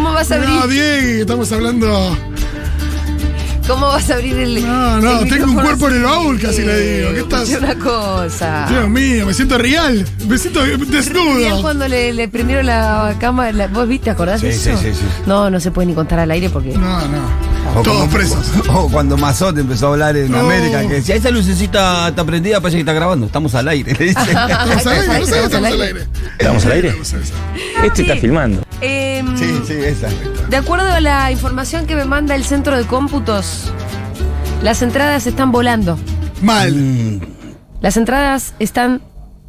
No, Diego, Ah, estamos hablando. ¿Cómo vas a abrir el.? No, no, el tengo un micrófono cuerpo en el sin baúl, casi le digo. ¿Qué escuché estás? una cosa. Dios mío, me siento real. Me siento Mirá desnudo. cuando le, le prendieron la cámara, la- ¿vos viste? ¿Acordás de Sí, sí, eso? sí, sí. No, no se puede ni contar al aire porque. No, O no. Todos como- presos. O cuando Mazote empezó a hablar en No. América, que decía, esa lucecita está prendida, parece que está grabando, estamos al aire, le dice. Estamos al aire, estamos al aire. ¿Estamos al aire? Estamos al aire. Este está Sí. filmando. Em, Sí, sí, esa. De acuerdo a la información que me manda el centro de cómputos, las entradas están volando. Mm. Mal. Las entradas están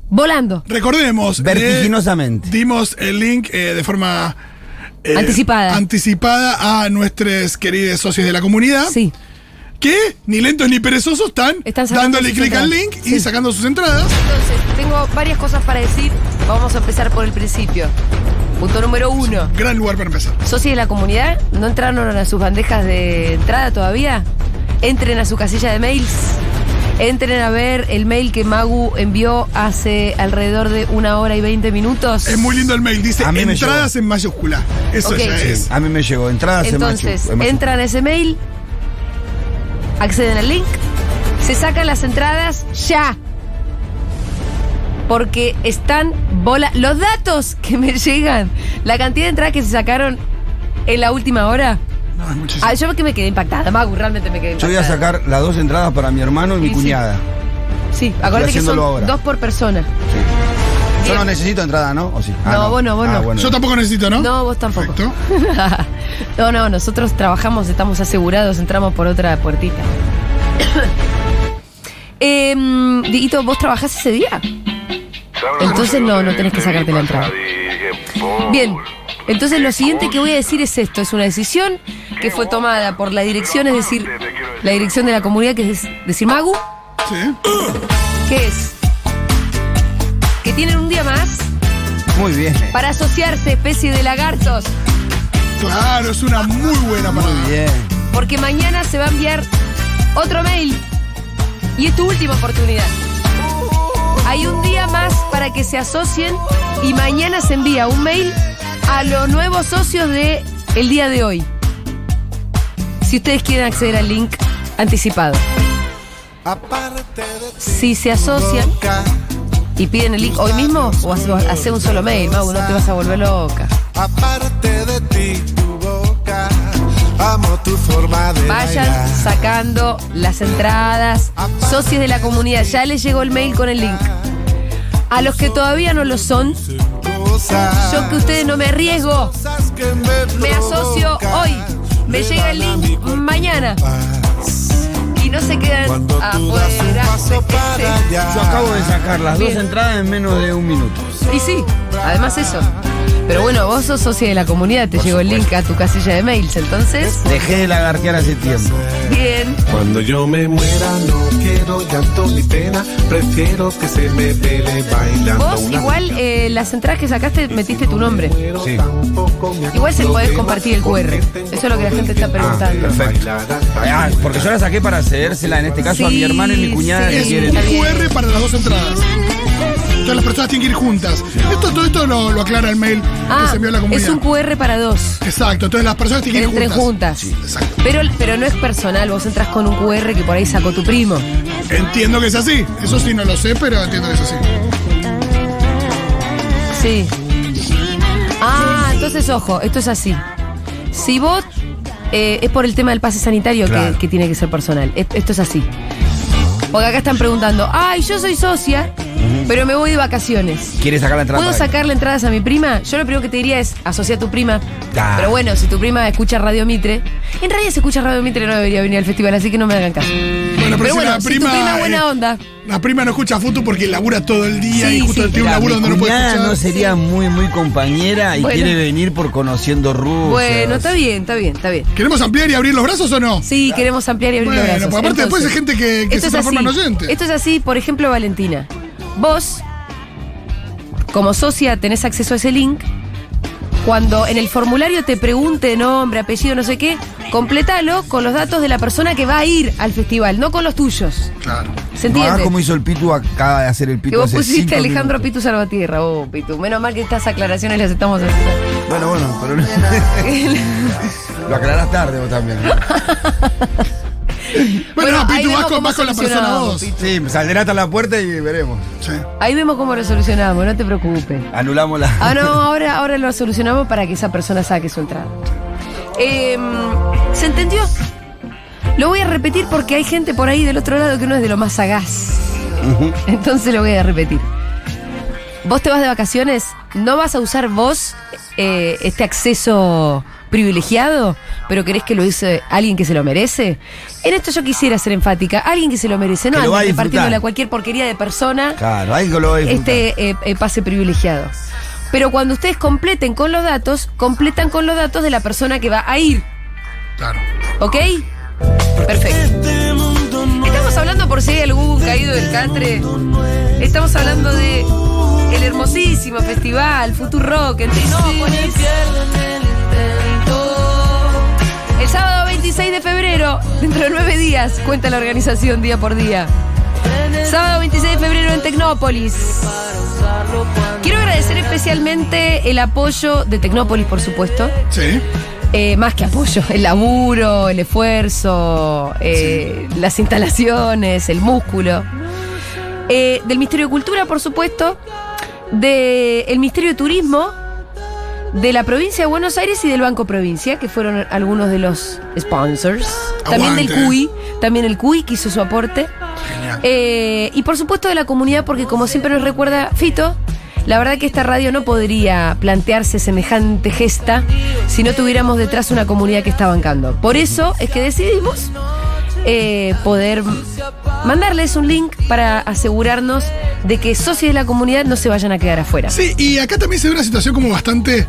volando. Recordemos. eh, Vertiginosamente. dimos el link eh, de forma. eh, Anticipada. Anticipada a nuestros queridos socios de la comunidad. Sí. Que ni lentos ni perezosos están, Están sacando dándole sus clic al entradas. link Sí. y sacando sus entradas. Entonces, tengo varias cosas para decir. Vamos a empezar por el principio. Punto número uno. Gran lugar para empezar. Socios de la comunidad, ¿no entraron a sus bandejas de entrada todavía? Entren a su casilla de mails. Entren a ver el mail que Magu envió hace alrededor de una hora y 20 minutos. Es muy lindo el mail, dice A mí me entradas en mayúscula. Eso Ok. ya Sí. es. Ah, A mí me llegó, entradas en Machu- Entonces, en Machu- entran a ese mail, acceden al link, se sacan las entradas ya. Porque están bola. Los datos que me llegan, la cantidad de entradas que se sacaron en la última hora. No, es muchísimo. Ah, yo que me quedé impactada, Magu, realmente me quedé Yo impactada. voy a sacar las dos entradas para mi hermano y mi Sí, sí. cuñada. Sí, acuérdate que son haciéndolo ahora. dos por persona. Yo Bien. no necesito entrada, ¿no? ¿O sí? Ah, No, vos no, vos no. bueno. Yo tampoco necesito, ¿no? No, vos tampoco. Perfecto. no, no, nosotros trabajamos, estamos asegurados, entramos por otra puertita. Em, Dieguito, ¿vos trabajás ese día? Entonces no, no tenés que sacarte la entrada. Bien, entonces lo siguiente que voy a decir es esto, es una decisión que fue tomada por la dirección, es decir, la dirección de la comunidad, que es decir, Magu, Sí. que es que tienen un día más Muy bien. para asociarse, especie de lagartos. Claro, es una muy buena parada. Muy bien. porque mañana se va a enviar otro mail y es tu última oportunidad. Hay un día más para que se asocien y mañana se envía un mail a los nuevos socios de el día de hoy. Si ustedes quieren acceder al link anticipado. Si se asocian y piden el link hoy mismo o hace, o hace un solo mail, Mau, no te vas a volver loca. Aparte de ti, tu boca, amo tu forma de Vayan bailar. sacando las entradas. Socios de la comunidad, ya les llegó el mail con el link. A los que todavía no lo son, Cosas, yo que ustedes no me arriesgo, cosas que me, me asocio provocan, hoy. Me llevan llega el a mi link cuerpo mañana paz. y no se quedan Cuando tú das un afuera. paso para Sí. allá. Yo acabo de sacar las Bien. dos entradas en menos de un minuto. Y sí, además eso. Pero bueno, vos sos socio de la comunidad, te llegó el link a tu casilla de mails, entonces. Dejé de lagartear hace tiempo. Bien. Cuando yo me muera no quiero llanto ni pena, prefiero que se me pele bailando. Vos una igual eh, las entradas que sacaste metiste tu nombre. Sí. Igual se podés compartir el QR. Eso es lo que la gente está preguntando. Ah, Perfecto. Ah, porque yo la saqué para cedérsela en este caso a Sí, mi hermano y mi cuñada sí. que Es un quieren. Está bien. QR para las dos entradas. Entonces las personas tienen que ir juntas. Esto, todo esto lo, lo aclara el mail que Ah, se envió a la comunidad. es un QR para dos. Exacto, entonces las personas tienen que ir Entren juntas. juntas. Sí, exacto. Pero, pero no es personal, vos entras con un QR que por ahí sacó tu primo. Entiendo que es así. Eso sí no lo sé, pero entiendo que es así. Sí. Ah, entonces ojo, esto es así. Si vos eh, es por el tema del pase sanitario que- que, Claro. tiene que ser personal. Es- Esto es así. Porque acá están preguntando, ay, yo soy socia, pero me voy de vacaciones. ¿Quiere sacar la entrada? ¿Puedo para- sacarle entradas a mi prima? Yo lo primero que te diría es asocia a tu prima. Ah. Pero bueno, si tu prima escucha Radio Mitre, en realidad si escucha Radio Mitre no debería venir al festival, así que no me hagan caso. Bueno, Pero si bueno, la si tu prima es buena eh, onda. La prima no escucha Futu porque labura todo el día Sí, y justo sí. tiene un Mira, laburo mi donde no puede cuñada escuchar. no sería muy, muy compañera y Bueno. quiere venir por conociendo Rusia. Bueno, está bien, está bien, está bien. ¿Queremos ampliar y abrir los brazos o no? Sí, queremos ampliar y abrir Bueno, los brazos. pues aparte después hay gente que- que esto se es transforma en así. oyente. Esto es así, por ejemplo, Valentina. Vos, como socia, tenés acceso a ese link, cuando en el formulario te pregunte nombre, apellido, no sé qué, completalo con los datos de la persona que va a ir al festival, no con los tuyos. Claro. ¿Se entiende? Ah, como hizo el Pitu acá de hacer el Pitu que vos hace pusiste cinco Alejandro minutos. Pitu Salvatierra, oh, Pitu. Menos mal que estas aclaraciones las estamos haciendo. Bueno, bueno, pero no- lo aclarás tarde vos también. Bueno, Bueno, no, ahí Pitu, vas vemos con, cómo vas con la persona solucionamos, vos. Pitu. Sí, saldrá hasta la puerta y veremos. Sí. Ahí vemos cómo lo solucionamos, no te preocupes. Anulamos la. Ah, no, ahora, ahora lo solucionamos para que esa persona saque su entrada. Em, ¿Se entendió? Lo voy a repetir porque hay gente por ahí del otro lado que no es de lo más sagaz. Entonces lo voy a repetir. Vos te vas de vacaciones, no vas a usar vos eh, este acceso privilegiado, pero querés que lo use alguien que se lo merece. En esto yo quisiera ser enfática, alguien que se lo merece, no Que lo va a andes disfrutar. repartiéndole a cualquier porquería de persona Claro, ahí lo va a disfrutar. este eh, eh, pase privilegiado. Pero cuando ustedes completen con los datos, completan con los datos de la persona que va a ir, Claro. ¿ok? Perfecto. Estamos hablando por si hay algún caído del catre. Estamos hablando de el hermosísimo festival Futurock en Tecnópolis. El sábado 26 de febrero, dentro de nueve días, cuenta la organización día por día. Sábado 26 de febrero en Tecnópolis. Quiero agradecer especialmente el apoyo de Tecnópolis, por supuesto. Sí. Eh, más que apoyo, el laburo, el esfuerzo, eh, las instalaciones, el músculo. Eh, del Ministerio de Cultura, por supuesto, del Ministerio de Turismo, de la provincia de Buenos Aires y del Banco Provincia, que fueron algunos de los sponsors. También del Aguante. CUI, también el CUI que hizo su aporte. Genial. Eh, y por supuesto de la comunidad, porque como siempre nos recuerda Fito, la verdad que esta radio no podría plantearse semejante gesta si no tuviéramos detrás una comunidad que está bancando. Por eso es que decidimos eh, poder mandarles un link para asegurarnos de que socios de la comunidad no se vayan a quedar afuera. Sí, y acá también se ve una situación como bastante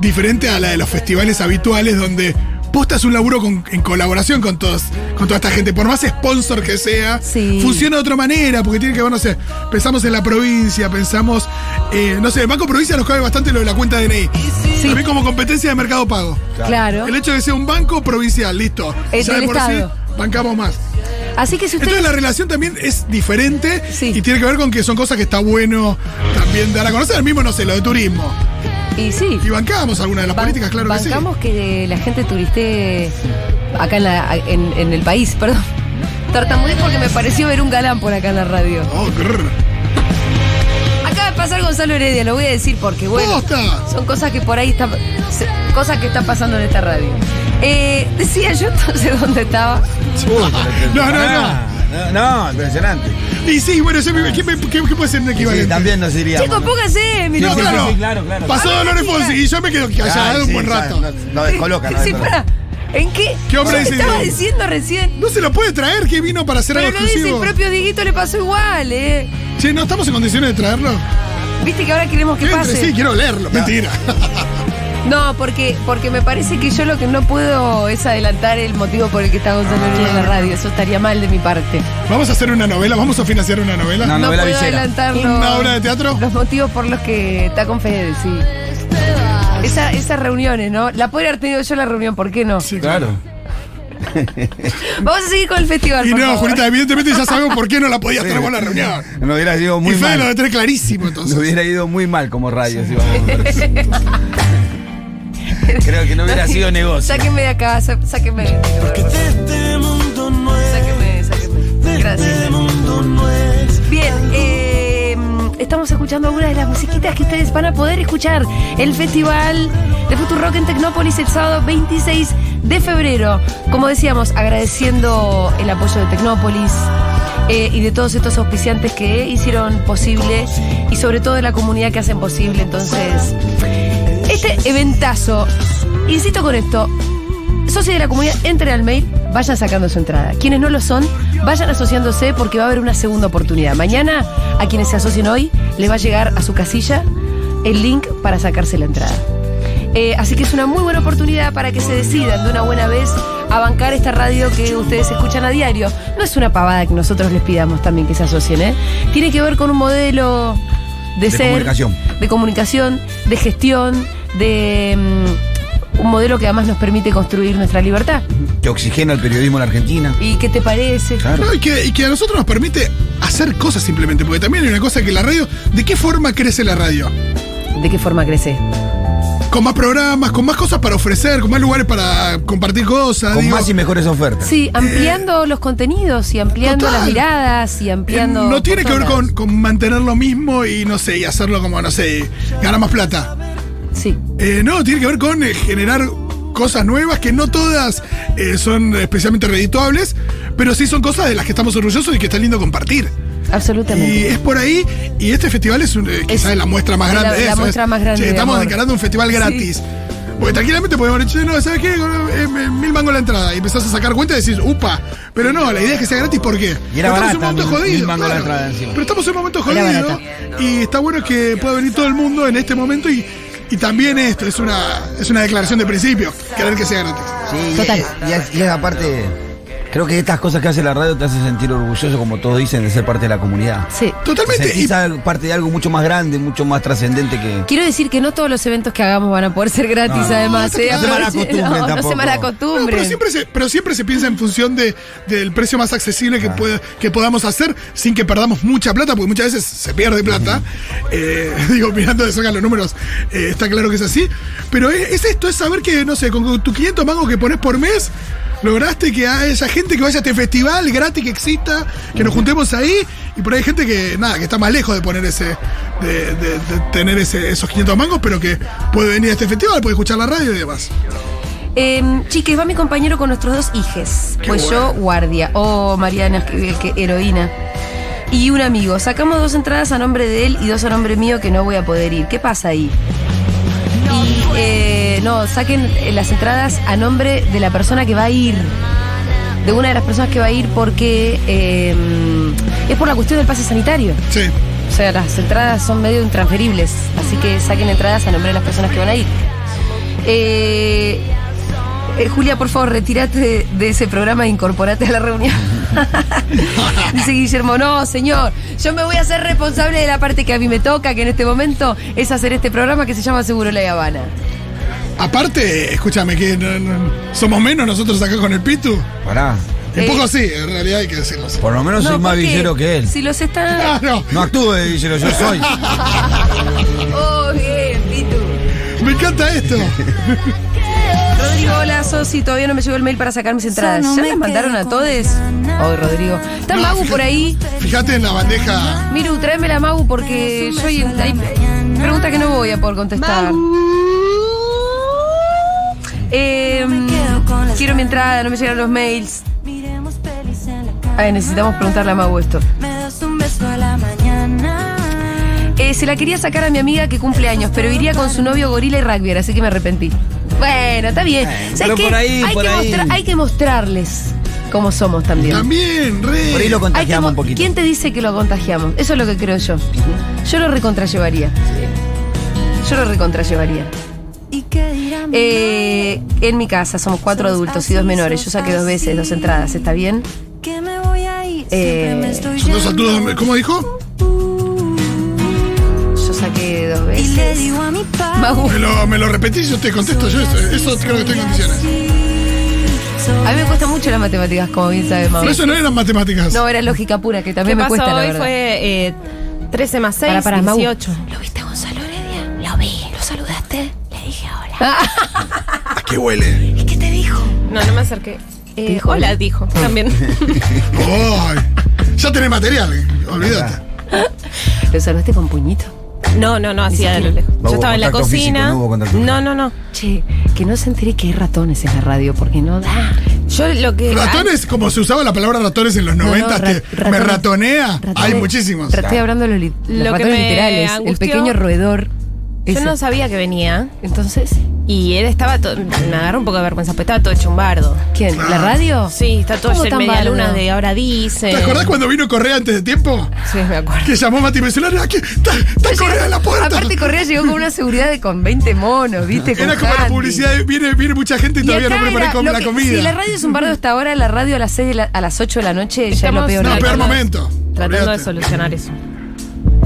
diferente a la de los festivales habituales donde postas un laburo con- en colaboración con todos, con toda esta gente, por más sponsor que sea, Sí. funciona de otra manera, porque tiene que ver, no sé, pensamos en la provincia, pensamos, eh, no sé, el Banco Provincia nos cabe bastante lo de la cuenta DNI. Sí. También como competencia de mercado pago. Claro. El hecho de que sea un banco provincial, listo. Eh, ya del de por Estado. sí bancamos más. Así que si ustedes... Entonces la relación también es diferente Sí. y tiene que ver con que son cosas que está bueno también dar a conocer. Mismo, no sé, lo de turismo. Y sí. Y bancamos alguna de las Ban- políticas, claro que sí. bancamos que, la gente turiste acá en, la- en- en el país, perdón. Tartamudé porque me pareció ver un galán por acá en la radio. Oh, grrr. Acaba de pasar Gonzalo Heredia, lo voy a decir porque, bueno, ¡Posta! son cosas que por ahí están, se- cosas que están pasando en esta radio. Eh, decía yo entonces dónde estaba. No, no, Ah, No, no, impresionante. no. Y sí, bueno, yo me- ¿qué, me- qué- qué puede ser un equivalente? Sí, también nos iríamos. Chicos, ¿no? póngase, mi No, loco. claro. sí, claro, claro. A Pasó ver, Dolores diga. Fonsi y yo me quedo callado Ay, un Ah, sí, buen ya, rato. No, No, no descoloca, no Sí, descoloca. pará. ¿En qué? ¿Qué hombre Yo te dice estaba Diego? diciendo recién. se lo puede traer, que vino para hacer Pero algo lo dice el exclusivo. propio Dieguito, le pasó igual, ¿eh? Che, ¿no estamos en condiciones de traerlo? Viste que ahora queremos que Que entre, pase. sí, quiero leerlo. Mentira. No, porque, porque me parece que yo lo que no puedo es adelantar el motivo por el que está Gonzalo Heredia en la radio. Eso estaría mal de mi parte. vamos a hacer una novela, vamos a financiar una novela. No, No novela puedo villera. adelantar ¿Una los- obra de teatro? los motivos por los que está con Fede, sí. Esa- esas reuniones, ¿no? La podría haber tenido yo la reunión, ¿por qué no? Sí, Claro. Vamos a seguir con el festival. Y por no, favor. Julita, evidentemente ya sabemos por qué no la podías traer Sí. con la reunión. Nos hubiera ido muy y Fede mal. lo debe tener clarísimo, entonces. Nos hubiera ido muy mal como radio. si vamos. Creo que no hubiera sido negocio. Sáquenme de acá, sa- sáquenme. de este lugar. Sáquenme, sáquenme. Gracias. Bien, eh, estamos escuchando algunas de las musiquitas que ustedes van a poder escuchar. El Festival de Futuro Rock en Tecnópolis el sábado 26 de febrero. Como decíamos, agradeciendo el apoyo de Tecnópolis. eh, y de todos estos auspiciantes que hicieron posible y sobre todo de la comunidad que hacen posible. Entonces, este eventazo, insisto con esto, socios de la comunidad, entren al mail, vayan sacando su entrada. Quienes no lo son, vayan asociándose porque va a haber una segunda oportunidad. Mañana, a quienes se asocien hoy, les va a llegar a su casilla el link para sacarse la entrada. Eh, así que es una muy buena oportunidad para que se decidan de una buena vez a bancar esta radio que ustedes escuchan a diario. No es una pavada que nosotros les pidamos también que se asocien, ¿eh? Tiene que ver con un modelo de, De ser, comunicación. de comunicación, de gestión, de mm, un modelo que además nos permite construir nuestra libertad. Que oxigena el periodismo en la Argentina. ¿Y qué te parece? Claro. No, y, que, y que a nosotros nos permite hacer cosas simplemente, porque también hay una cosa que la radio, ¿de qué forma crece la radio? ¿De qué forma crece? Con más programas, con más cosas para ofrecer, con más lugares para compartir cosas. Con digo. más y mejores ofertas. Sí, ampliando los contenidos y ampliando Eh, total. las miradas y ampliando. Eh, No tiene por que ver todos con, lados. con mantener lo mismo y no sé, y hacerlo como, no sé, ganar más plata. Sí. Eh, no, tiene que ver con eh, generar cosas nuevas que no todas eh, son especialmente redituables, pero sí son cosas de las que estamos orgullosos y que está lindo compartir. Y Absolutamente. es por ahí, y este festival es, un, eh, quizás la muestra más la- grande. de la eso, muestra es, más grande "Che, de estamos amor". declarando un festival gratis. Porque tranquilamente podemos haber dicho, no, ¿sabes qué? Con, eh, me- mil mangos la entrada. Y empezás a sacar cuenta y decís, upa. Pero no, la idea es que sea gratis, ¿por qué? Y era Pero estamos en un barata, momento mil- mil jodido. mangos la claro. entrada encima. Pero estamos en un momento Era jodido. Y está bueno que pueda venir todo el mundo en este momento y. y también esto es una, es una declaración de principio, querer que sea gratis. Sí, y- Total. Y, es- y es aparte, creo que estas cosas que hace la radio te hace sentir orgulloso, como todos dicen, de ser parte de la comunidad. Sí. Te Totalmente. sentís Y al- parte de algo mucho más grande, mucho más trascendente que... Quiero decir que no todos los eventos que hagamos van a poder ser gratis, No, no, además. no se ¿eh? mala Aprovechen- costumbre no, no se tampoco. mala No, costumbre. pero, siempre se, pero siempre se piensa en función de, del precio más accesible que, pueda- que podamos hacer sin que perdamos mucha plata, porque muchas veces se pierde plata. Eh, digo, mirando de cerca los números, eh, está claro que es así. Pero es, es esto, es saber que, no sé, con tus 500 mangos que pones por mes, lograste que haya gente que vaya a este festival gratis que exista, que nos juntemos ahí. Y por ahí hay gente que, nada, que está más lejos de poner ese, de, de- de tener ese- esos 500 mangos, pero que puede venir a este festival, puede escuchar la radio y demás. Eh, chiques, va mi compañero con nuestros dos hijes. Qué Pues yo, bueno. guardia. Oh, Mariana, que, que heroína. Y un amigo. Sacamos dos entradas a nombre de él y dos a nombre mío que no voy a poder ir. ¿Qué pasa ahí? Y eh, no, saquen eh, las entradas a nombre de la persona que va a ir. De una de las personas que va a ir porque eh, es por la cuestión del pase sanitario. Sí. O sea, las entradas son medio intransferibles, así que saquen entradas a nombre de las personas que van a ir. Eh, eh, Julia, por favor, retírate de, de ese programa e incorporate a la reunión. Dice Guillermo, no, señor, yo me voy a hacer responsable de la parte que a mí me toca, que en este momento es hacer este programa que se llama Seguro La Habana. Aparte, escúchame, que no- no- somos menos nosotros acá con el Pitu. Pará, Un Eh. poco sí, en realidad hay que decirlo. así. por lo menos soy ¿por más qué? villero que él. Si los está... Ah, no. No actúo de villero, yo soy. Oh, bien, Pitu. Me encanta esto. Rodrigo, hola, Sosi, todavía no me llegó el mail para sacar mis entradas. ¿Ya las mandaron a todos? Hoy, Rodrigo. ¿Está No, Magu fíjate- por ahí? Fíjate en la bandeja. Miru, tráeme la Magu porque yo hay, hay preguntas que no voy a poder contestar. Eh, quiero mi entrada, no me llegaron los mails. Miremos pelis en la cama. Ay, necesitamos preguntarle a Magu esto. Me das un beso a la mañana. Eh, se la quería sacar a mi amiga que cumple años, pero iría con su novio gorila y rugby, así que me arrepentí. Bueno, está bien. ¿Sabes pero qué? por ahí, hay, por que ahí. mostra- hay que mostrarles cómo somos también. También, re. Por ahí lo Hay que contagiamos mo- un poquito. ¿Quién te dice que lo contagiamos? Eso es lo que creo yo. Yo lo recontrallevaría. Yo lo recontrallevaría. ¿Y qué dirán? Eh, en mi casa somos cuatro adultos y dos menores. Yo saqué dos veces dos entradas, ¿está bien? que me voy a ir. eh, Siempre me estoy Son dos yendo. alturas. ¿Cómo dijo? Yo saqué dos Y le veces. digo a mi padre. Magu, Me lo, me lo repetís, yo te contesto yo. Eso, eso creo que estoy en condiciones. a mí me cuesta mucho las matemáticas, como bien sabe Magu. Pero eso no eran matemáticas. No, era lógica pura, que ¿Qué también me pasó cuesta, la hoy? verdad. Fue eh, 13 más 6, Para, para, Magu. 18. ¿Lo viste a Gonzalo Heredia? Lo vi. ¿Lo saludaste? Le dije hola. Ah, ¿A qué huele? ¿Y qué te dijo? No, no me acerqué. Eh, Dijo, Ah. hola, hola. dijo. También. Ay, ya tenés material, olvídate. Lo salvaste con puñito. no, no, no, hacía de lo lejos. No Yo hubo estaba en la contacto físico, cocina. no hubo contacto físico. no, no, no. Che, que no se entere que hay ratones en la radio, porque no da. Yo lo que. Ratones, como se usaba la palabra ratones en los No, no, ra- 90, que me ratones- ratonea. Hay ratones- muchísimos. ra- Estoy hablando de los, li- los Lo que ratones me literales, el angustió- pequeño roedor. Ay, yo ese. no sabía que venía. Entonces, Y él estaba. todo- me agarró un poco de vergüenza, pero estaba todo hecho un bardo. ¿quién? ¿La radio? Sí, está todo ¿Cómo hecho en tan media bardo? luna de ahora dice. ¿Te acordás cuando vino Correa antes de tiempo? Sí, me acuerdo. Que llamó Mati Mesolano, aquí está, está Correa en la puerta. Pues Aparte, Correa llegó con una seguridad de con 20 monos, ¿viste? Con Era como la Handy. publicidad, de, viene, viene mucha gente y, Y todavía no acá preparé era com- lo la que- comida. Si la radio es un bardo hasta ahora, la radio a las 6 de la- a las 8 de la noche ya es lo Estamos- peor. No, no, de peor todo. momento. Tratando de Olvídate. solucionar eso.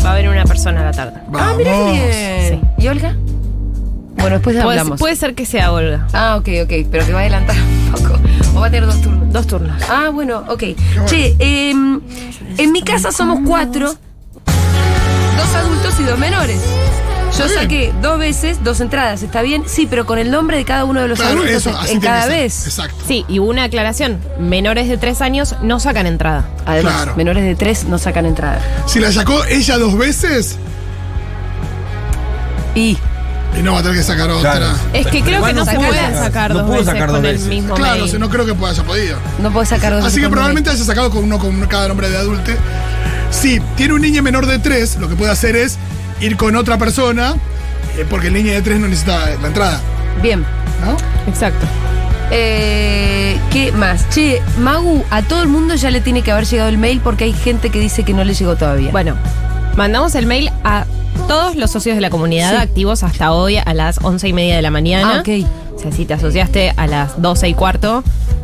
Va a venir una persona a la tarde. Ah, mira qué Vamos. bien. ¿Y Olga? Bueno, después Puede, hablamos. puede ser que sea Olga. Ah, ok, ok, pero que va a adelantar un poco. O va a tener dos turnos. Dos turnos. Ah, bueno, ok. Che, eh, en mi casa somos cuatro, dos adultos y dos menores. Yo Está saqué dos veces, dos entradas, ¿está bien? Sí, pero con el nombre de cada uno de los Claro, adultos eso, en- así en tiene cada que ser. vez. Exacto. Sí, y una aclaración. Menores de tres años no sacan entrada. Además, Claro. menores de tres no sacan entrada. Si la sacó ella dos veces, Y y no va a tener que sacar otra. Claro. Es que creo que igual no se saca- puede sacar no dos pudo veces sacar dos con el veces. mismo Claro, mail. o sea, no creo que haya podido. no puedes sacar dos Así veces que con probablemente haya sacado con uno con cada nombre de adulto. Si tiene un niño menor de 3, lo que puede hacer es ir con otra persona, eh, porque el niño de 3 no necesita la entrada, menores. Bien. ¿no? Exacto. Eh, ¿Qué más? Che, Magu, a todo el mundo ya le tiene que haber llegado el mail porque hay gente que dice que no le llegó todavía. Bueno, mandamos el mail a todos los socios de la comunidad Sí. activos hasta hoy a las once y media de la mañana. Ah, ok. O sea, si te asociaste a las doce y cuarto,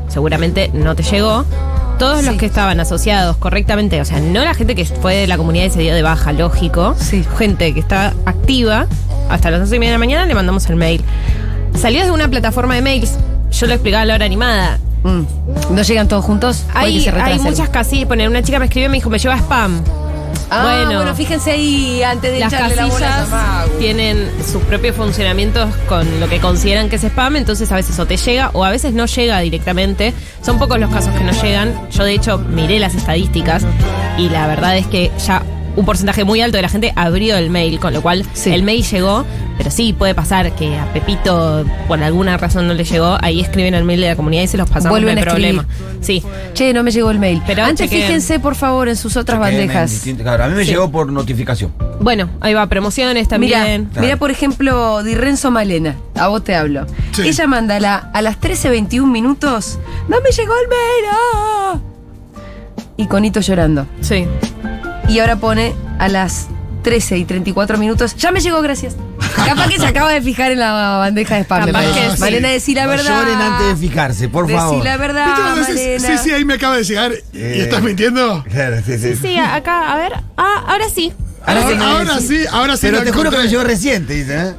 seguramente no te llegó. Todos los Sí. que estaban asociados correctamente, o sea, no la gente que fue de la comunidad y se dio de baja, lógico. Sí. Gente que está activa hasta las once y media de la mañana, le mandamos el mail. Salidas de una plataforma de mails, yo lo explicaba a la hora animada. Mm. ¿No llegan todos juntos? Puede que Hay, se hay retrasen. muchas casillas. Poner una chica me escribió y me dijo, me lleva spam. Ah, bueno. Bueno. fíjense ahí antes de Las echarle la bola a casillas esa Magu. tienen sus propios funcionamientos con lo que consideran que es spam, entonces a veces o te llega o a veces no llega directamente. Son pocos los casos que no llegan. Yo de hecho miré las estadísticas y la verdad es que ya un porcentaje muy alto de la gente abrió el mail, con lo cual Sí. el mail llegó, pero sí puede pasar que a Pepito por alguna razón no le llegó, ahí escriben al mail de la comunidad y se los pasamos, Vuelven no hay a escribir. problema. Sí, Che, no me llegó el mail. Pero antes chequeen. fíjense, por favor, en sus otras Que en bandejas. distinto- claro, a mí me Sí. llegó por notificación. bueno, ahí va, promociones también. Mira, por ejemplo, Di Renzo Malena, a vos te hablo. Sí. Ella manda la- a las 13.21 minutos, no me llegó el mail. ah". Y Conito llorando. Sí. Y ahora pone a las 13 y 34 minutos, ya me llegó, gracias. Capaz que se acaba de fijar en la bandeja de spam. me Capaz parece. que sí. Malena, decí la No verdad. lloren antes de fijarse, por Decí favor. la verdad, ¿Viste cuando Malena. decís, sí, sí, ahí me acaba de llegar y Eh. estás mintiendo? Claro, sí, sí. Sí, a- acá, a ver. Ah, ahora sí. Ahora, sí, Ahora, ahora sí, ahora sí. Pero la te juro que me encontré. llegó reciente, dice, ¿eh?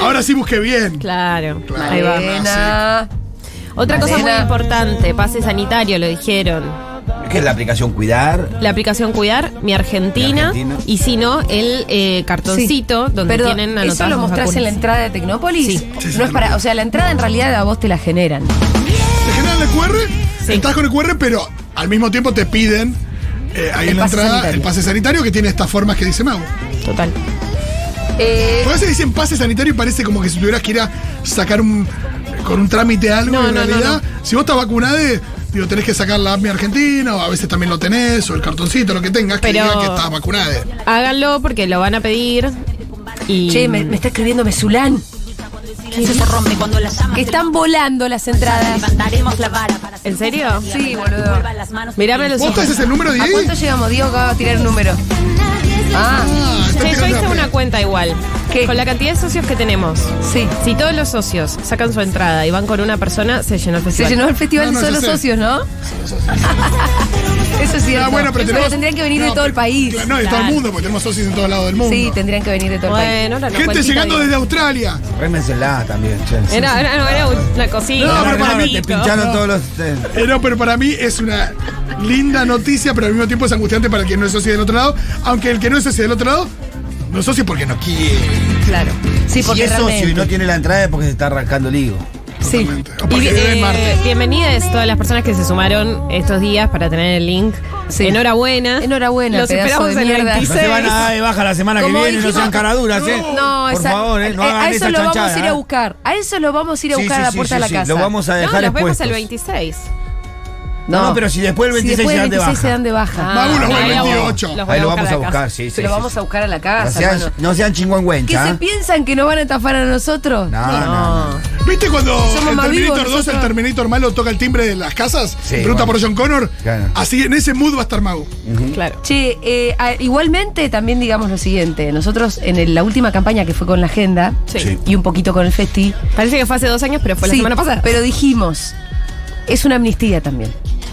Ahora sí busqué bien. Claro. Claro. Ahí va. Malena. Otra cosa muy Malena. importante, pase sanitario, lo dijeron. ¿Qué es la aplicación Cuidar? La aplicación Cuidar, mi Argentina, Mi Argentina. y si no, el eh, cartoncito Sí. donde Perdón, tienen ¿Eso anotadas lo las mostrás en la vacunas. entrada de Tecnópolis? Sí. Sí, sí, No es para, o sea, la entrada en realidad a vos te la generan. Te generan el QR, Sí. estás con el QR, pero al mismo tiempo te piden eh, ahí El en la pase entrada sanitario. el pase sanitario que tiene estas formas que dice Mau. Total. Eh, Porque a veces dicen pase sanitario y parece como que si tuvieras que ir a sacar un, con un trámite algo. No, y en no, no, realidad, si vos estás vacunado, digo, tenés que sacar la AMI Argentina, o a veces también lo tenés, o el cartoncito, lo que tengas, que Pero- diga que estás vacunado. Háganlo porque lo van a pedir. Y Che, me, me está escribiendo Mesulán. se rompe cuando las llamas Que están volando las entradas. levantaremos la vara para ¿En serio? Sí, boludo. las manos. Mirame a los ¿Vos ojos. estás el número de ¿A ahí? cuánto llegamos? Diego acaba de tirar un número. Ah, Ah, está Che, yo tirando hice la- una cuenta igual. ¿Qué? Con la cantidad de socios que tenemos. sí. Si todos los socios sacan su entrada y van con una persona, se llenó el Se festival. llenó el festival No, no, de solo yo sé. socios, ¿no? Eso es cierto. Ah, bueno, pero, tenemos- tendrían que venir de no, todo el pero- país. claro, No, de todo el mundo, porque tenemos socios en todos lados del mundo. Sí, tendrían que venir de todo el país. Bueno, ahora no, Gente cuentita llegando bien. desde Australia. Rémensela también, che. Era, era, era una cosita. No, No, pero no, para no, mí- te pincharon todos los. eh, Eh, no, pero para mí es una linda noticia, pero al mismo tiempo es angustiante para el que no es socio del otro lado. Aunque el que no es socio del otro lado, no es socio porque no quiere. Claro. Sí, si porque es socio y no realmente. tiene la entrada es porque se está arrancando el higo. Sí. Totalmente. O Y, porque vive en eh, Marte. bienvenidas todas las personas que se sumaron estos días para tener el link. Sí. Enhorabuena. Enhorabuena, Los pedazo esperamos de en el mierda. No se van a 26. dar de baja la semana que Como viene, no dijimos- sean caraduras, ¿eh? No, Por esa- favor, ¿eh? No eh, hagan a eso esa lo vamos chanchada, a ir a ¿eh? buscar. A eso lo vamos a ir a Sí, buscar sí, a la sí, puerta sí, de la sí, casa. Lo vamos a No, dejar nos vemos expuestos. el 26. No, no, pero si después del Si 26 se dan de después del baja. se dan de baja. Ah, Vámonos, ahí el lo- 28. los voy Ahí lo vamos a la buscar, casa. sí, sí. Se lo sí, vamos sí. a buscar a la No casa, sean, hermano. no sean ¿Que chingüengüencha. se ¿eh? piensan que nos van a estafar a nosotros? No, no, no. ¿Viste cuando Somos el más vivos Terminator 2, el nosotros. Terminator malo toca el timbre de las casas? Sí, pregunta bueno. por John Connor. Claro. Así, en ese mood va a estar Mau. Claro. Che, eh, a- igualmente también digamos lo siguiente. Nosotros en el- la última campaña que fue con la agenda Sí. Sí. y un poquito con el festi, Parece que fue hace dos años, pero fue la sí, semana pasada. pero dijimos, es una amnistía también.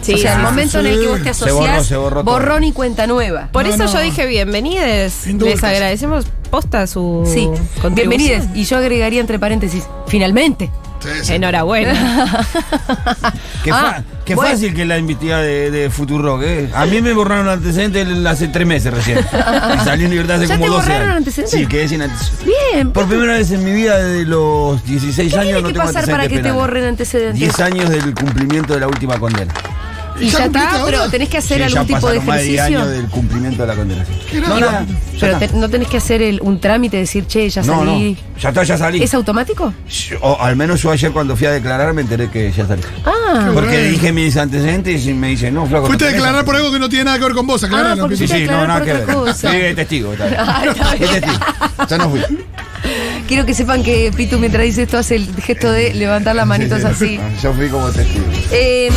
o sea, el momento en el que vos te Se borró, asociás, se borró todo. borrón y cuenta nueva. Por No, eso no. yo dije bienvenides. Sin duda. Les agradecemos posta su Sí, Mm, contribución. bienvenidos. Y yo agregaría entre paréntesis, finalmente. Sí, sí. Enhorabuena. Qué, fa- Ah, qué bueno. fácil que es la invitada de, de Futurock, ¿eh? A mí me borraron antecedentes el- hace tres meses recién. Y salí en libertad hace ¿Ya como te 12 borraron años. antecedentes? Sí, quedé sin antecedentes. Bien. Por primera vez en mi vida, desde los 16 ¿Qué años, tiene no que tengo pasar para antecedentes que te penales. borren antecedentes? 10 años del cumplimiento de la última condena. Y ¿Ya ya, cumpliste está, ahora? pero tenés que hacer Sí, algún ya tipo de pasaron más de 10 ejercicio. años del cumplimiento de la condena. Qué No, raro. nada, ya Pero está. te- no tenés que hacer el- un trámite, decir, che, ya no, no, salí. ya está, ya salí. ¿Es automático? Yo- O al menos yo ayer cuando fui a declarar me enteré que ya salí. Ah, Porque bueno. dije mis antecedentes y me dice, no, flaco. Fuiste a no tenés declarar por algo que no tiene nada que ver con vos, aclaralo. Ah, porque Sí, Fuiste a sí, no, declarar nada por que ver. otra cosa. Sí, es testigo. Está bien. Ah, está Es bien. testigo. Ya no fui. quiero que sepan que Pitu mientras dice esto hace el gesto de levantar las manitos Sí, así. sí. Yo fui como testigo. Eh,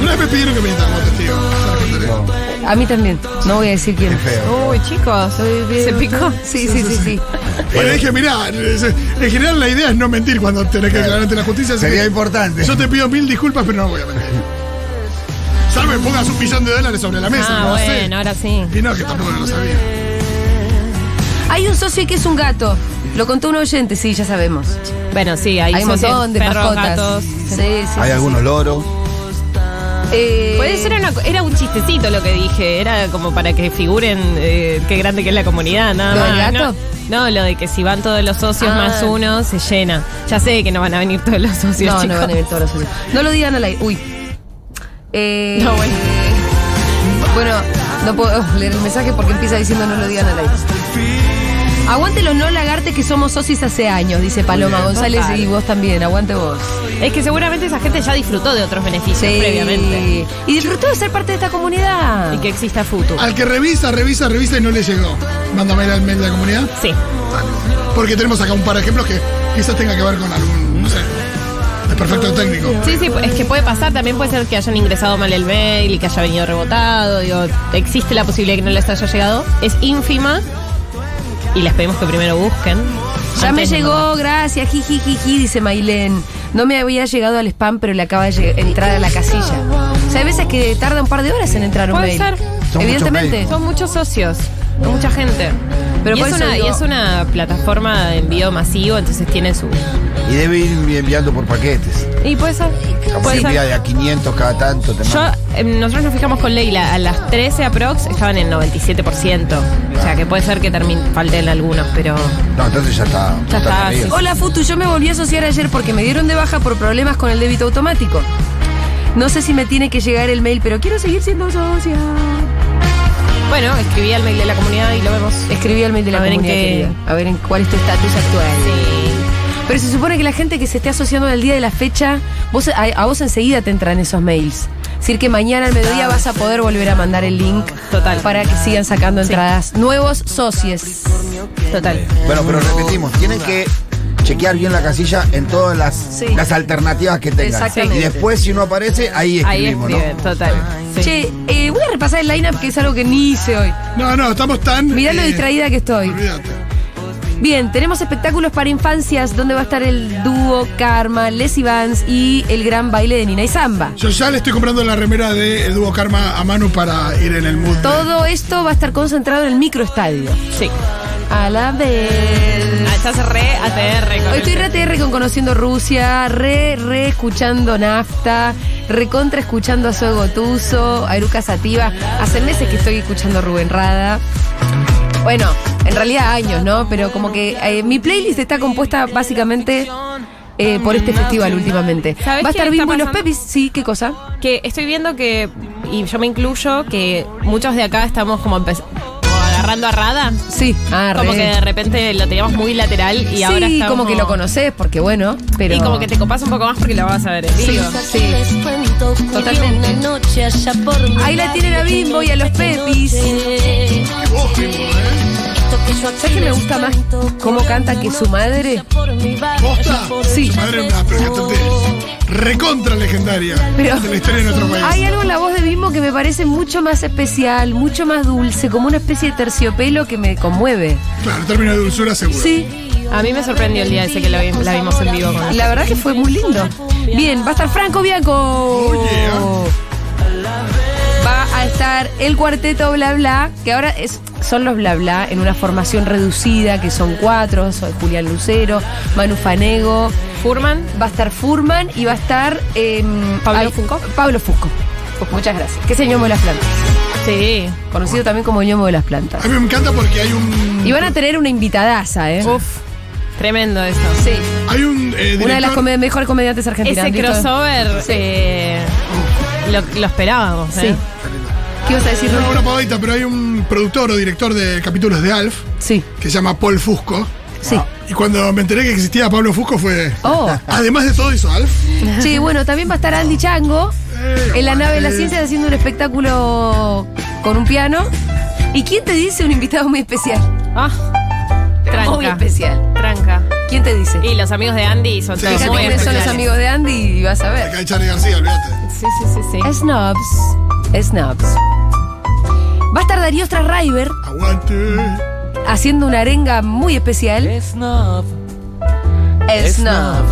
Una vez me pidieron que me metan como testigo. Ahora contaré. No, a mí también, no voy a decir quién. es feo. Uy, chicos. ¿Se picó? Sí, sí, sí, sí. Y le dije, mirá, en general la idea es no mentir cuando tenés que declarar ante la justicia. así Sería que importante. Yo te pido mil disculpas, pero no voy a mentir. Salvo que pongas un millón de dólares sobre la mesa. Ah, no sé. bueno, ahora sí. Y no, que tampoco lo sabía. Hay un socio que es un gato. Lo contó un oyente, sí, ya sabemos. Bueno, sí, hay, Hay un socios, montón de perros, mascotas. gatos. Sí, sí, sí, Hay sí. algunos loros. Eh, Puede ser una, co- era un chistecito lo que dije, era como para que figuren eh, qué grande que es la comunidad, nada ¿Lo más. del ¿no? gato? No, lo de que si van todos los socios Ah. más uno, se llena. Ya sé que no van a venir todos los socios, No, chicos. no van a venir todos los socios. No lo digan al aire. Uy. Eh, No, bueno. Bueno, no puedo leer el mensaje porque empieza diciendo no lo digan al aire. Aguante los no lagartes que somos socios hace años, dice Paloma González Total. y vos también, aguante vos. Es que seguramente esa gente ya disfrutó de otros beneficios previamente. Y disfrutó de ser parte de esta comunidad. Y que exista futuro. Ah. Al que revisa, revisa, revisa y no le llegó. Mándame al mail de la comunidad. Sí. Porque tenemos acá un par de ejemplos que quizás tenga que ver con algún, no sé, desperfecto técnico. Sí, sí, es que puede pasar, también puede ser que hayan ingresado mal el mail y que haya venido rebotado, digo, existe la posibilidad que no les haya llegado, es ínfima y les pedimos que primero busquen. Ya me Antes no. llegó, gracias, jiji, jiji, dice Mailén. No me había llegado al spam, pero le acaba de lleg- entrar a la casilla. O sea, hay veces que tarda un par de horas en entrar un Puede mail. ser. Son Evidentemente. muchos Son muchos socios, son mucha gente. Pero y, por es eso una, digo- y es una plataforma de envío masivo, entonces tiene su... Y debe ir enviando por paquetes. Y puede ser. Capaz Puede que envía ser. de a 500 cada tanto. te Yo, manda. eh, nosotros nos fijamos con Leila, a las 13 aprox estaban en 97%. O sea que puede ser que termine, falten algunos, pero... No, entonces ya está. Ya está, perdido. sí. Hola Futu, yo me volví a asociar ayer porque me dieron de baja por problemas con el débito automático. No sé si me tiene que llegar el mail, pero quiero seguir siendo socia. Bueno, escribí al mail de la comunidad y lo vemos. Escribí al mail de la A ver en comunidad, qué- querida. A ver en cuál es tu estatus actual. Pero se supone que la gente que se esté asociando al día de la fecha, vos, a, a vos enseguida te entran esos mails. Es decir, que mañana al mediodía vas a poder volver a mandar el link Total. para que sigan sacando entradas. Nuevos socios. Total. Bueno, pero repetimos, tienen que chequear bien la casilla en todas las, Sí. las alternativas que tengan. Exactamente. Y después, si no aparece, ahí Ahí escribimos, escriben, ¿no? total. Sí. Che, eh, voy a repasar el lineup que es algo que ni hice hoy. No, no, estamos tan. Mirá lo eh, distraída que estoy. Olvídate. Bien, tenemos espectáculos para infancias donde va a estar el dúo Karma, Leslie Vance y el gran baile de Nina y Samba. Yo ya le estoy comprando la remera de el Dúo Karma a mano para ir en el mood. de- Todo esto va a estar concentrado en el microestadio. Sí. A la vez. Ah, estás re ATR. con Hoy estoy el- re ATR con Conociendo Rusia, re, re escuchando Nafta, recontra escuchando a Zoe Gotuso, a Eruca Sativa. Hace meses que estoy escuchando a Rubén Rada. Bueno, en realidad años, ¿no? Pero como que eh, mi playlist está compuesta básicamente eh, por este festival últimamente. ¿Sabés Va a qué estar está Bimbo y los pasando? Pepis, sí, ¿qué cosa? Que estoy viendo que, y yo me incluyo, que muchos de acá estamos como, empe- como agarrando a Rada. Sí, ah, Como re. que de repente lo teníamos muy lateral y sí, ahora está como que lo conoces, porque bueno, pero... Y como que te copas un poco más porque lo vas a ver en Sí, vivo. sí. Totalmente. Ahí la tienen a Bimbo y a los Pepis. Qué vos, Bimbo, ¿eh? ¿Sabes qué me gusta más? ¿Cómo canta que su madre? ¿Posta? Sí. Su madre es una pero cantante recontra legendaria Pero- de la historia de nuestro país. Hay algo en la voz de Bimbo que me parece mucho más especial, mucho más dulce, como una especie de terciopelo que me conmueve. Claro, término de dulzura seguro. Sí, A mí me sorprendió el día ese que la, vi- la vimos en vivo. Con la verdad que fue muy lindo. Bien, va a estar Franco Bianco. Oh, yeah. a estar el cuarteto bla bla, que ahora es, son los bla bla en una formación reducida, que son cuatro, son Julián Lucero, Manu Fanego, Furman. va a estar Furman y va a estar em, ¿Pablo Fusco? Pablo Fusco. Pues muchas gracias. Que es el ñomo de las plantas. Sí. Conocido también como ñomo de las plantas. A mí me encanta porque hay un. Y van a tener una invitadaza, ¿eh? Uf. Tremendo eso. Sí. Hay un. eh, Una de las director- come- mejores comediantes argentinas. Ese ¿viste? crossover eh, lo, lo esperábamos. Sí. ¿eh? ¿Qué ibas a decir, no, Rubén? una pavadita, pero hay un productor o director de capítulos de Alf Sí, que se llama Paul Fusco. sí. Y cuando me enteré que existía Pablo Fusco fue. Oh. Además de todo hizo Alf. Sí, bueno, también va a estar Andy Chango Eh, en la nave de la eh. ciencia haciendo un espectáculo con un piano. ¿Y quién te dice un invitado muy especial? Ah, tranca. Muy especial. Tranca. ¿Quién te dice? Y los amigos de Andy son Sí, todos Fíjate muy quiénes son los especiales. amigos de Andy y vas a ver. Acá hay Charlie García, olvídate. Sí, sí, sí, sí. Snobs. Snobs. Va a estar Darío Strasraiber Aguante. haciendo una arenga muy especial. Snob. Snob.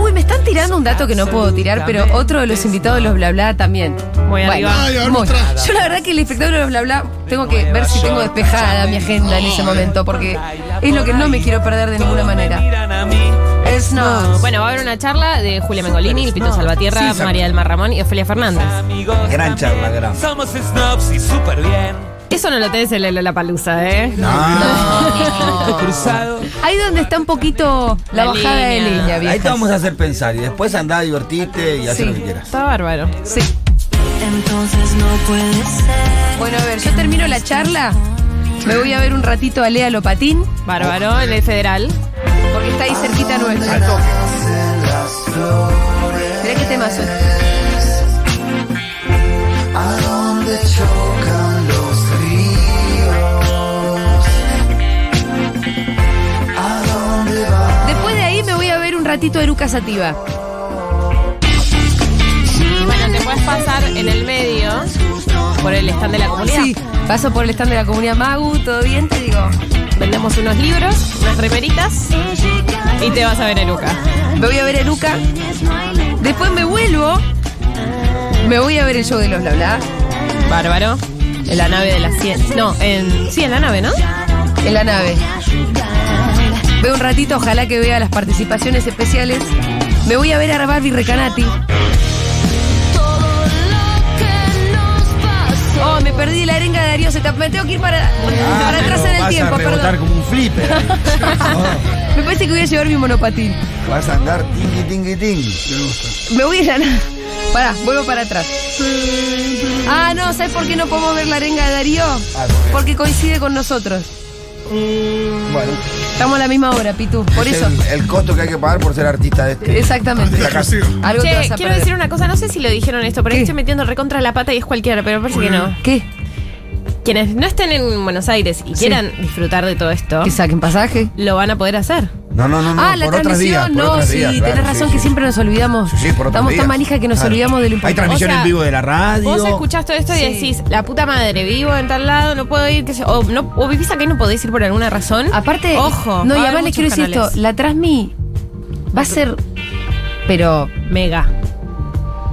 Uy, me están tirando un dato que no puedo tirar, pero otro de los invitados de los bla bla también. Muy arriba. Ay, a ver, muy. mostrá. Yo la verdad que el espectáculo de los bla bla tengo que ver si tengo despejada mi agenda en ese momento, porque es lo que no me quiero perder de ninguna manera. Snob. Bueno, va a haber una charla de Julia Mengolini, el Pito Salvatierra, Sí, María del Mar Ramón y Ofelia Fernández. Gran charla, gran. Somos snobs y súper bien. Eso no lo tenés en la palusa, ¿eh? Ah. Cruzado. Ahí donde está un poquito la, La bajada de línea. línea, Ahí te viejas. vamos a hacer pensar y después andá, divertirte y hacer Sí. lo que quieras. Está bárbaro. Sí. Bueno, a ver, yo termino la charla. Me voy a ver un ratito a Lea Lopatín, Bárbaro, en el federal. porque está ahí cerquita nuestra. Al toque. Mirá qué tema suena. Después de ahí me voy a ver un ratito a Eruca Sativa. Bueno, te puedes pasar en el medio por el stand de la comunidad. Sí, paso por el stand de la comunidad Magu, todo bien, te digo. Vendemos unos libros, unas remeritas y te vas a ver a Luca. Me voy a ver a Eruca. Después me vuelvo. Me voy a ver el show de los bla bla. Bárbaro. En la nave de la ciencia. No, en. Sí, en la nave, ¿no? En la nave. Veo un ratito, ojalá que vea las participaciones especiales. Me voy a ver a Barbie Recanati. Oh, me perdí la arenga de Darío Zeta. Me tengo que ir para, Ah, para atrás en el Ah, vas tiempo, a rebotar perdón. como un flipper. ahí. No, Me parece que voy a llevar mi monopatín. vas a andar tingui, tingui, tingui. Me voy a ir a la- Pará, vuelvo para atrás. Ah, no, ¿sabes por qué no podemos ver la arenga de Darío? Ah, ¿por qué? Porque coincide con nosotros. Bueno, Estamos a la misma hora, Pitu. Por es eso. El, el costo que hay que pagar por ser artista de este. Exactamente. Exclusivo. Algo te Che, vas a quiero perder. decir una cosa, no sé si lo dijeron esto, pero ¿Qué? ahí estoy metiendo recontra la pata y es cualquiera, pero me parece que no. ¿Qué? Quienes no estén en Buenos Aires y quieran disfrutar de todo esto, ¿Que saquen pasaje? lo van a poder hacer. No, no, no, no. ah, la ¿Ah? por otras transmisión, vías, por no, otras sí, vías, claro, tenés razón sí, sí. que siempre nos olvidamos. Sí, sí, por otras Estamos vías. tan manija que nos Claro. olvidamos de lo Hay importante. transmisión O sea, en vivo de la radio. Vos escuchás todo esto Sí. y decís, la puta madre, vivo en tal lado, no puedo ir, qué sé- o, no, o vivís acá y no podés ir por alguna razón. Aparte, ojo. no, va y a además haber les muchos quiero decir canales. esto, la Transmi va a ser, pero, Mega.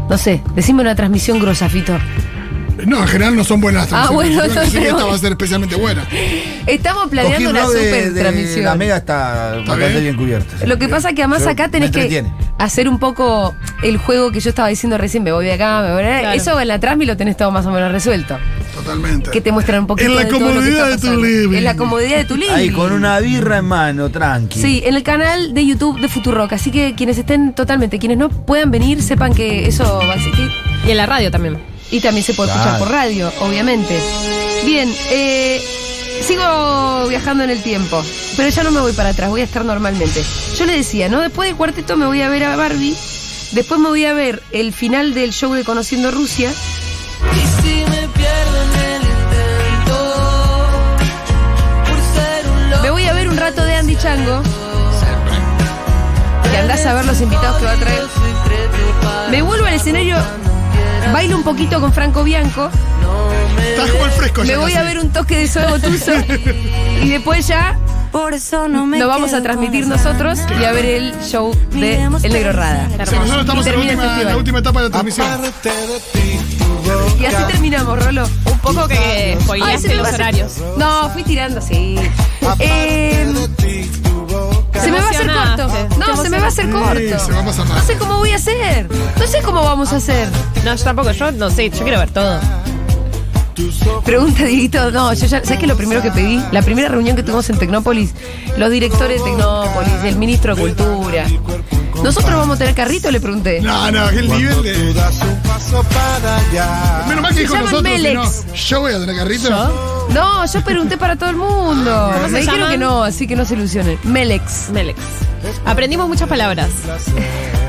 no sé, decime una transmisión grosa, Fito. No, en general no son buenas Ah, bueno, Yo creo que sí, entonces- esta va a ser especialmente buena. Estamos Cogí planeando una Raw de- super de transmisión. La mega está bastante bien? bien cubierta. sí. Lo que pasa que además Yo- acá me tenés que entretiene. hacer un poco el juego que yo estaba diciendo recién, me voy de acá, me voy de acá. Claro. Eso en la Transmi lo tenés todo más o menos resuelto. Totalmente. Que te muestran un poquito En la de todo lo que está comodidad de tu pasando. living. En la comodidad de tu living. Ahí con una birra en mano, tranqui. Sí, en el canal de YouTube de Futurock. Así que quienes estén totalmente, quienes no puedan venir, sepan que eso va a existir. Y en la radio también. Y también se puede escuchar Claro. por radio, obviamente. Bien, eh, sigo viajando en el tiempo, pero ya no me voy para atrás, voy a estar normalmente. Yo le decía, ¿no? Después del cuarteto me voy a ver a Barbie, después me voy a ver el final del show de Conociendo Rusia. Me voy a ver un rato de Andy Chango. Que andás a ver los invitados que va a traer. Me vuelvo al escenario, bailo un poquito con Franco Bianco. Estás como el fresco Me ya voy a casi. ver un toque de Soy Botuso y después ya Por eso no me lo vamos a quedo transmitir con las nosotros y a ver el show de El Negro Rada. O sea, nosotros estamos en la, Termina el última, en la festival. última etapa de la transmisión. Aparte de ti, tu voz Y así terminamos, Rolo. Un poco que Ay, se spoileaste me los va a hacer- horarios. No, fui tirando, sí. Eh, se me va a hacer emocionaste. corto. No, Te se me va a hacer corto. Sí, se va a pasar No más. sé cómo voy a hacer. No sé cómo vamos a hacer. No, yo tampoco, yo no sé, yo quiero ver todo. Pregunta, Dieguito. No, yo ya. ¿Sabes qué es lo primero que pedí? La primera reunión que tuvimos en Tecnópolis, los directores de Tecnópolis, el ministro de Cultura. ¿Nosotros vamos a tener carrito? Le pregunté. No, no, el nivel de. Menos mal que dijo llaman nosotros, si Melex. no, yo voy a tener carrito. No, yo pregunté para todo el mundo. ¿Cómo se Me dijeron llaman? que no, así que no se ilusionen. Melex. Melex. Aprendimos muchas palabras.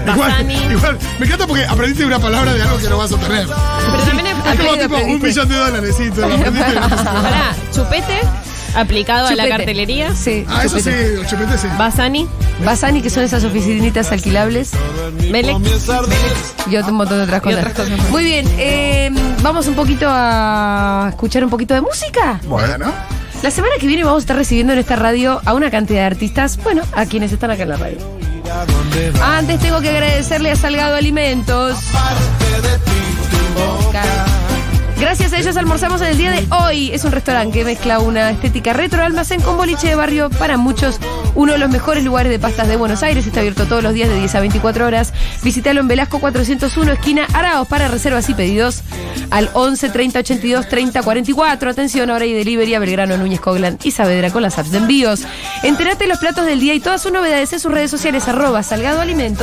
Igual, Basani. igual, me encanta porque aprendiste una palabra de algo que no vas a tener. Pero también Es como aprendí- tipo un aprendiste. millón de dólares, sí, te lo aprendiste. y lo pusiste. Pará, chupete aplicado a Chupete. la cartelería. Sí. Ah, eso sí, chupete. los chupetes sí. Basani, Basani, que son esas oficinitas alquilables. Melex. Y otro- un montón de otras Y cosas. otras cosas. Muy bien, eh, vamos un poquito a escuchar un poquito de música. Bueno, La semana que viene vamos a estar recibiendo en esta radio a una cantidad de artistas, bueno, a quienes están acá en la radio. Antes tengo que agradecerle a Salgado Alimentos. Gracias a ellos almorzamos en el día de hoy. Es un restaurante que mezcla una estética retro, almacén con boliche de barrio para muchos. Uno de los mejores lugares de pastas de Buenos Aires. Está abierto todos los días de 10 a 24 horas. Visítalo en Velasco 401, esquina Araos, para reservas y pedidos al 11 30 82 30 44. Atención, ahora hay delivery a Belgrano, Núñez Coglan y Saavedra con las apps de envíos. Entérate de los platos del día y todas sus novedades en sus redes sociales, arroba Salgado Alimentos.